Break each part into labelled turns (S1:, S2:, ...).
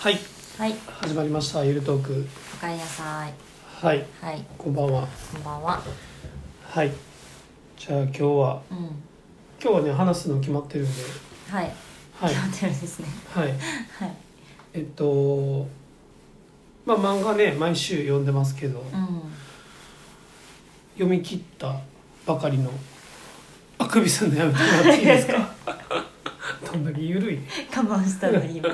S1: はい
S2: はい、
S1: 始まりましたゆるトーク
S2: おかえりなさい。
S1: はい
S2: はい、
S1: こんばんは
S2: こんばんは。
S1: はいじゃあ今日は
S2: うん、
S1: 今日はね話すの決まってるんで
S2: はい、
S1: はい
S2: 決まってるんですね。
S1: はい
S2: はい、
S1: えっとまあ漫画ね毎週読んでますけど
S2: うん、
S1: 読み切ったばかりのあくびすんのやめてもらっていいですか どんだけゆるいね
S2: 我慢したのに今。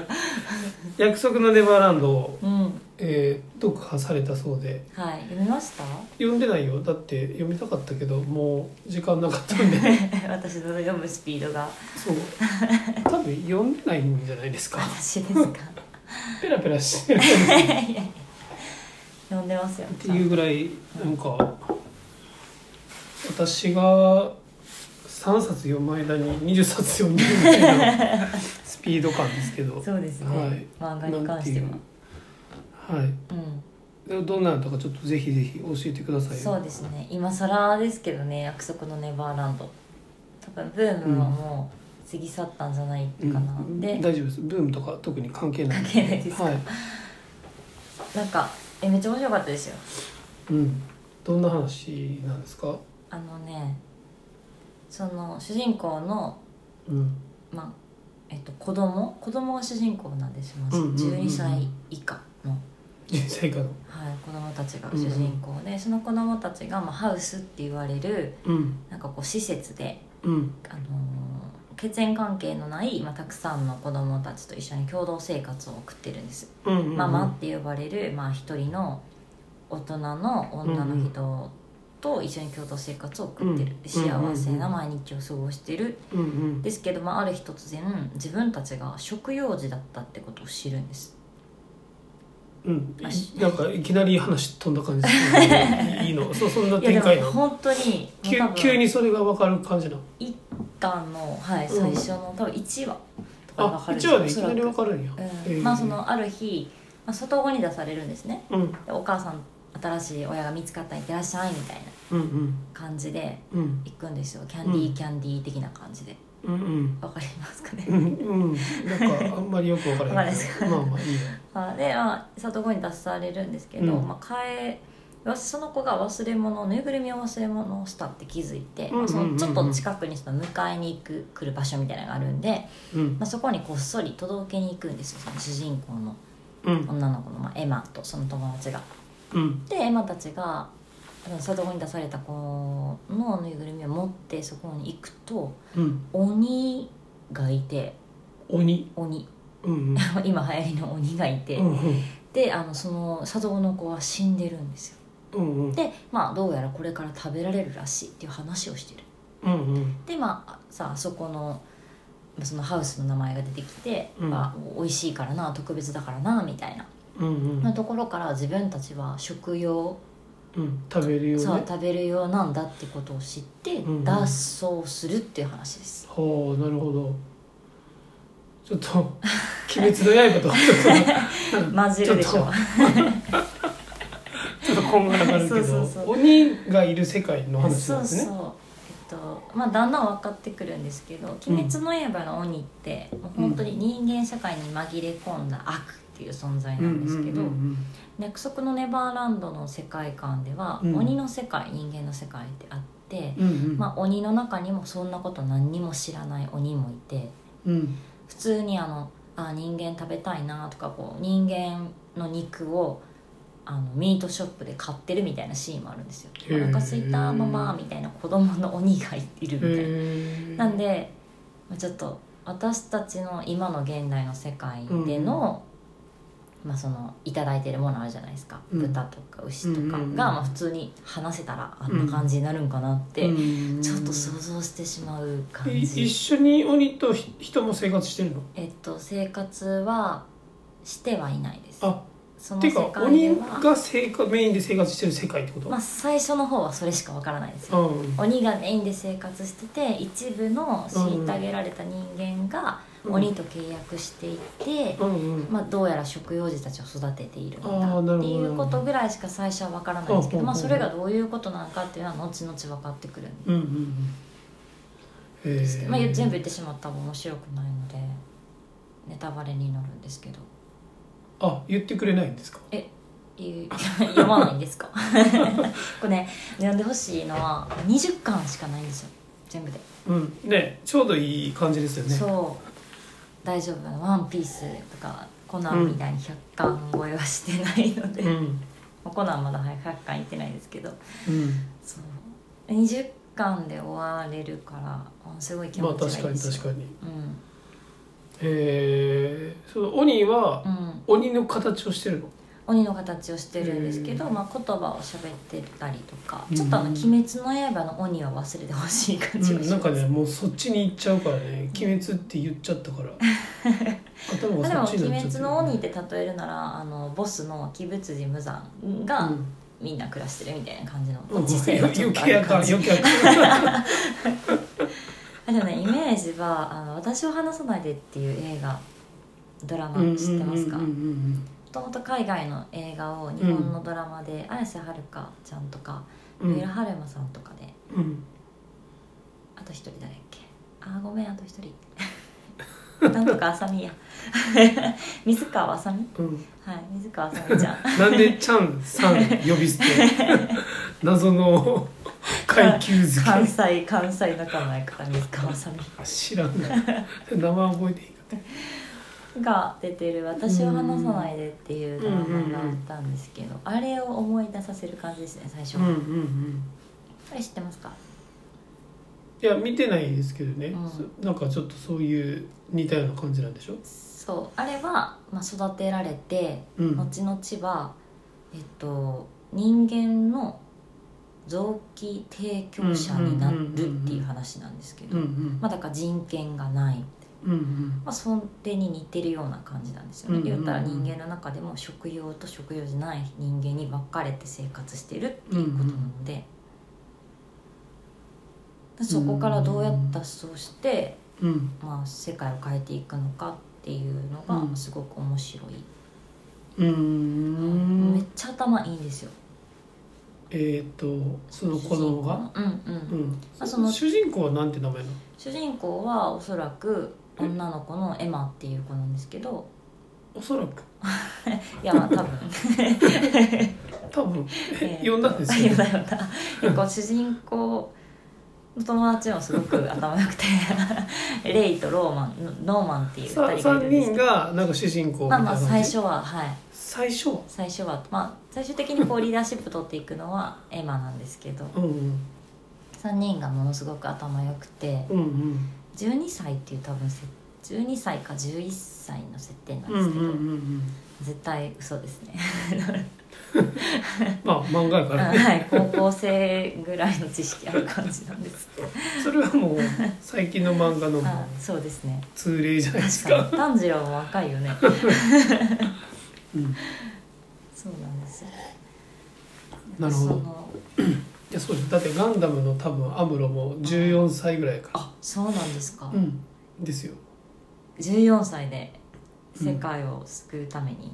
S1: 約束のネバーランドを、
S2: うん、
S1: えー読破されたそうで
S2: はい、読みました。
S1: 読んでないよだって読みたかったけどもう時間なかったんで
S2: 私の読むスピードが。
S1: そう多分読んでないんじゃないですか
S2: 私です か。
S1: ペラペラしてる
S2: 読んでますよ。
S1: っていうぐらいなんか私が3冊読む間に20冊読んでるみたいなスピード感ですけど
S2: そうですね。
S1: はい
S2: 漫画に関しては。
S1: はい
S2: うん、
S1: でどんなのとかちょっとぜひぜひ教えてください
S2: そうですね。今更ですけどね、約束のネバーランド。多分ブームはもう過ぎ去ったんじゃないか
S1: うん
S2: な。で、
S1: 大丈夫ですブームとか特に関係ない
S2: 関係ないですか
S1: はい
S2: なんか、え、めっちゃ面白かったですよ。
S1: うん、どんな話なんですか、
S2: あのねその主人公の、
S1: うん、
S2: まあえっと、子供子供が主人公なんですまず、
S1: うんうんうんうん
S2: 12歳以下の、
S1: 人生観の
S2: はい、子供たちが主人公で、その子供たちが、まあ、ハウスって言われる
S1: うん
S2: なんかこう施設で、
S1: うん
S2: あのー血縁関係のない、まあ、たくさんの子供たちと一緒に共同生活を送ってるんです、
S1: うんうんうん
S2: ママって呼ばれる、まあ、一人の大人の女の人と一緒に共同生活を送ってる、
S1: うん
S2: で幸せな毎日を過ごしてる
S1: うんうん
S2: ですけど、まあ、ある日突然自分たちが食用児だったってことを知るんです
S1: うん
S2: あし
S1: なんかいきなり話飛んだ感じですけどいい のそうそんない
S2: や
S1: 展開
S2: でも
S1: なの
S2: 本当に
S1: 急
S2: もう多分
S1: 急にそれが分かる感じなの
S2: 一巻の、はい、
S1: うん
S2: 最初の多分1話とかで分
S1: あ
S2: かるん
S1: 一話でい
S2: お
S1: き
S2: そ
S1: な
S2: ら
S1: り分
S2: く
S1: かるんや、
S2: う
S1: えー
S2: んまあそのある日、まあ、外語に出されるんですね
S1: うん
S2: でお母さん新しい親が見つかったらいってらっしゃいみたいな
S1: うんうん
S2: 感じで
S1: うん
S2: 行くんですよキャンディ
S1: うん
S2: ーキャンディー的な感じで
S1: うんうん
S2: わかりますかね
S1: うんうん、なんかあんまりよく分からないけどまあまあいいや
S2: あで、まあ、里子に出されるんですけど、
S1: うん
S2: まあ、替えその子が忘れ物ぬいぐるみを忘れ物をしたって気づいて、
S1: うんうんうんうん
S2: まあそのちょっと近くにその迎えに行く来る場所みたいなのがあるんで、
S1: うん
S2: まあ、そこにこっそり届けに行くんですよその主人公の
S1: うん
S2: 女の子の、まあ、エマとその友達が。
S1: うん
S2: でエマたちがあの里子に出された子のぬいぐるみを持ってそこに行くと
S1: うん
S2: 鬼がいて
S1: 鬼
S2: 鬼
S1: うんうん
S2: 今流行りの鬼がいて。
S1: うんうん
S2: であのその佐藤の子は死んでるんですよ
S1: うんうん
S2: でまあどうやらこれから食べられるらしいっていう話をしてる
S1: うんうん
S2: でまあさあそこのまあそのハウスの名前が出てきて、
S1: うん
S2: まあ、美味しいからな特別だからなみたいな、
S1: うん
S2: なところから自分たちは食用
S1: うん食べるよね
S2: さあ食べるようなんだってことを知って
S1: うん
S2: 脱走するっていう話です、
S1: はあなるほどちょっと 「鬼滅の刃」とかちょっと
S2: 混じるでし
S1: ちょ
S2: ょ
S1: っちょっとこんがらがるけど
S2: そうそうそう
S1: 鬼がいる世界の話な
S2: そ
S1: ん
S2: う
S1: です
S2: そう、
S1: ね
S2: えっとまあ、だんだん分かってくるんですけど「鬼滅の刃」の鬼って、もう本当に人間社会に紛れ込んだ悪っていう存在
S1: う
S2: なんんですけど「
S1: うん
S2: 約束のネバーランド」の世界観では、
S1: うん
S2: 鬼の世界人間の世界ってあって、
S1: うんうん
S2: まあ、鬼の中にもそんなこと何にも知らない鬼もいて
S1: うん
S2: 普通にあのあ人間食べたいなとかこう人間の肉をあのミートショップで買ってるみたいなシーンもあるんですよ「
S1: へー
S2: お腹すいたママ」みたいな子供の鬼がいるみたい
S1: へえ
S2: ななんでまあちょっと私たちの今の現代の世界での、まあそのいただいてるものあるじゃないですか、
S1: うん
S2: 豚とか牛とかが、
S1: うんうんうん
S2: まあ普通に話せたらあんな感じになるんかなって、
S1: うん
S2: ちょっと想像してしまう感
S1: い
S2: じ
S1: 一緒に鬼とひ人も生活してるの
S2: えっと生活はしてはいないです
S1: あ
S2: その
S1: てい
S2: 世
S1: うか
S2: 界で
S1: 鬼
S2: は、
S1: が生活メインで生活してる世界ってこと、
S2: まあ、最初の方はそれしかわからないですよ
S1: うん
S2: 鬼がメインで生活してて一部の虐げられた人間が鬼と契約していて、
S1: うんうん
S2: まあ、どうやら食用児たちを育てているんだ
S1: あーなるほど
S2: っていうことぐらいしか最初はわからないんですけ
S1: う
S2: ど、
S1: ん
S2: まあ、それがどういうことなのかっていうのは後々分かってくるん
S1: うんうんうん
S2: ですけ
S1: へ
S2: ど、
S1: え
S2: まあ、全部言ってしまったら面白くないのでネタバレになるんですけど
S1: あ言ってくれないんですか
S2: 言う 読まないんですかこれね読んでほしいのは20巻しかないんですよ全部で、
S1: うんねちょうどいい感じですよね
S2: そう大丈夫「ワンピースとか「コナン」みたいに100巻超えはしてないので、
S1: う
S2: ま
S1: ん
S2: あ コナンまだ100巻いってないですけど
S1: うん
S2: そう20巻で終われるからあすごい気
S1: ま
S2: 持
S1: あ確
S2: ちが
S1: か
S2: いいで
S1: に
S2: す
S1: 確
S2: よ、
S1: かに
S2: うん
S1: えー、その鬼は、
S2: うん、
S1: 鬼の形をしてるの
S2: 鬼の形をしてるんですけど、
S1: へ
S2: まあ、言葉を喋ってたりとか、
S1: うん
S2: ちょっとあの「鬼滅の刃」の鬼は忘れてほしい感じ
S1: う
S2: が
S1: ん、
S2: し
S1: な
S2: ま
S1: ん
S2: す、
S1: かねもうそっちに行っちゃうからね「鬼滅」って言っちゃった から頭
S2: あで
S1: が
S2: も「
S1: そっち
S2: 鬼
S1: になっちゃって
S2: 滅
S1: る
S2: の鬼」って例えるならあのボスの鬼舞辻無惨が
S1: うん
S2: みんな暮らしてるみたいな感じの、
S1: うん
S2: 知性がちょっとあ
S1: 余計
S2: る
S1: あか ん
S2: 感じ
S1: 余計あかん
S2: あでもねイメージはあの「私を話さないで」っていう映画ドラマ
S1: うん
S2: 知ってますか
S1: うんうん
S2: も
S1: うん
S2: ともと海外の映画を日本のドラマで、綾瀬はるかちゃんとか
S1: うん
S2: 三浦春馬さんとかで
S1: うん
S2: あと一人誰やっけあーごめんあと一人 なんとかあさみや 水川あさみ
S1: うん
S2: はい水川あさみちゃん
S1: なんでちゃんさん呼び捨 て謎の階級付
S2: 関西関西仲間やから水川あさ
S1: け知らんが名前覚えていいか
S2: みが出てる「私を話さないで」っていうドラマがあったんですけどあれを思い出させる感じですね最初、
S1: うんうんうん
S2: あれ知ってますか
S1: いや見てないですけどね、
S2: うん
S1: そなんかちょっとそういう似たような感じなんでしょ、
S2: そうあれは、まあ、育てられて
S1: うん、
S2: 後々はえっと人間の臓器提供者になるっていう話なんですけ
S1: う
S2: ど
S1: んうん
S2: まあだから人権がないって、
S1: うんうん
S2: まあ、それに似てるような感じなんですよね、
S1: うんうんうん
S2: 言うたら人間の中でも食用と食用じゃない人間に分かれて生活してるっていうことなので、でそこからどうやったそうして、
S1: うん
S2: まあ、世界を変えていくのかっていうのがすごく面白
S1: う
S2: い、めっ
S1: ん
S2: ちゃ頭いいんですよ
S1: えっ、とその子供が、
S2: 主人公のうんうん、
S1: うん
S2: あその
S1: 主人公はなんて名前なの
S2: 主人公はおそらく女の子のエマっていう子なんですけど
S1: おそらく
S2: いやまあ多分
S1: 多分、
S2: えー
S1: 呼んだんですよ
S2: 呼んだ呼んだ結構主人公の友達もすごく頭良くて レイとローマンノーマンっていう
S1: さ
S2: 2人がいる
S1: 3
S2: んです
S1: 人
S2: けど
S1: がなんか主人公みた
S2: まあ
S1: いな感
S2: まあ
S1: じ
S2: 最初ははい
S1: 最初は
S2: 最初はまあ最終的にこうリーダーシップ取っていくのはエマなんですけど
S1: うんうん
S2: 3人がものすごく頭良くて
S1: うんうん
S2: 12歳っていう多分せ12歳か11歳の設定なん
S1: う
S2: で
S1: んう
S2: す
S1: ん
S2: け
S1: う
S2: ど、
S1: んうん
S2: 絶対嘘ですね
S1: まあ漫画や
S2: あ
S1: からね
S2: はい高校生ぐらいの知識ある感じなんですけど
S1: それはもう最近の漫画の
S2: あそうですね
S1: 通例じゃないです
S2: 確
S1: か
S2: かに炭治郎も若いよね
S1: うん
S2: そうなんですよ
S1: なるほ
S2: そ
S1: ど
S2: の
S1: いやそうですだってガンダムの多分アムロも14歳ぐらいやか
S2: あそうなんですか、
S1: らうんですよ、
S2: 14歳で世界を救うために、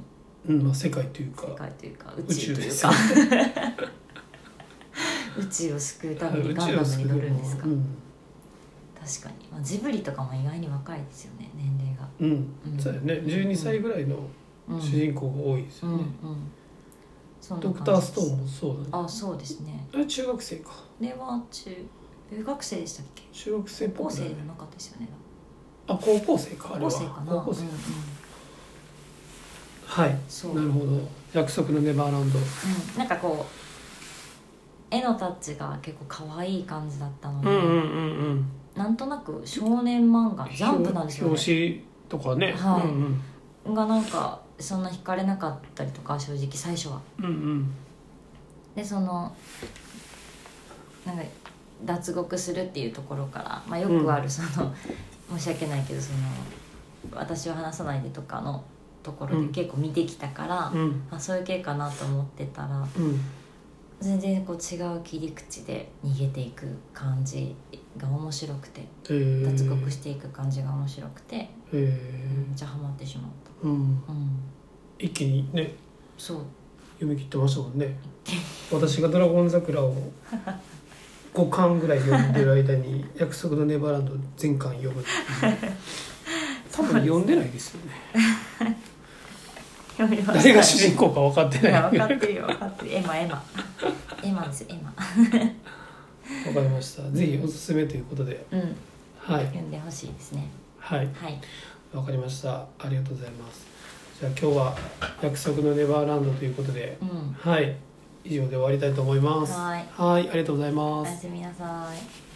S1: うんまあ、世界というか
S2: 世界というか宇
S1: 宇宙
S2: 宙と
S1: で
S2: いう
S1: す
S2: か
S1: よ
S2: 宇宙を救うために
S1: 宇
S2: ガン
S1: 宙
S2: ダ
S1: を
S2: ムに
S1: 救
S2: 乗
S1: う
S2: るんですか、
S1: うん、
S2: 確かに、まあ、ジブリとかも意外に若いですよね年齢が、
S1: うん
S2: うん
S1: そうだよね12歳ぐらいの
S2: うん、
S1: 主人公が多いです
S2: う
S1: よ
S2: んう
S1: ね、
S2: んそんな
S1: ド
S2: 感
S1: ク
S2: じ
S1: ターストーンもそうだね
S2: あそうですね
S1: あれ中学生か
S2: あれは中中学生でしたっけ
S1: 中学生っ
S2: 高
S1: ぽ
S2: 校
S1: くな
S2: 生
S1: い
S2: でもなかったですよね
S1: あ高校生かあれ
S2: 高
S1: は
S2: 校生かな
S1: 高校生
S2: うんうん、
S1: はい
S2: そう、う
S1: なんる、ほど約束のネバーランド
S2: なんかこう絵のタッチが結構可愛い感じだったので、
S1: んうん
S2: なんとなく少年漫画ジャンプなんですよね
S1: 表紙とかね
S2: はい
S1: うんうん
S2: がなんかそんな惹かれなかったりとか正直最初は
S1: うん
S2: でそのなんか脱獄するっていうところから、まあ、よくあるその、申し訳ないけどその私を話さないでとかのところ
S1: う
S2: で
S1: ん
S2: 結構見てきたから、
S1: うんうん
S2: あそういう系かなと思ってたら
S1: うん
S2: 全然こう違う切り口で逃げていく感じが面白くて
S1: えー
S2: 脱獄していく感じが面白くて、
S1: え
S2: めっちゃハマってしまっ
S1: ーうん
S2: たうん
S1: 一気にね
S2: そう
S1: 読み切ってましたもんね私が「ドラゴン桜」を5巻ぐらい読んでる間に「約束のネバーランド」全巻読むっていう多分読んでないですよね
S2: 読みま した
S1: 誰が主人公か分かって
S2: い
S1: ない
S2: や
S1: わ
S2: 分かってるよ分かってるエマエマエマですよエマ
S1: かりましたぜひおすすめということで
S2: うん
S1: はい
S2: 読んでほしいですね
S1: はい
S2: はい
S1: わかりましたありがとうございますじゃあ今日は約束のネバーランドということで
S2: うん
S1: はい以上で終わりたいと思います
S2: はい
S1: いありがとうござい
S2: お
S1: ま
S2: や
S1: す
S2: すみなさい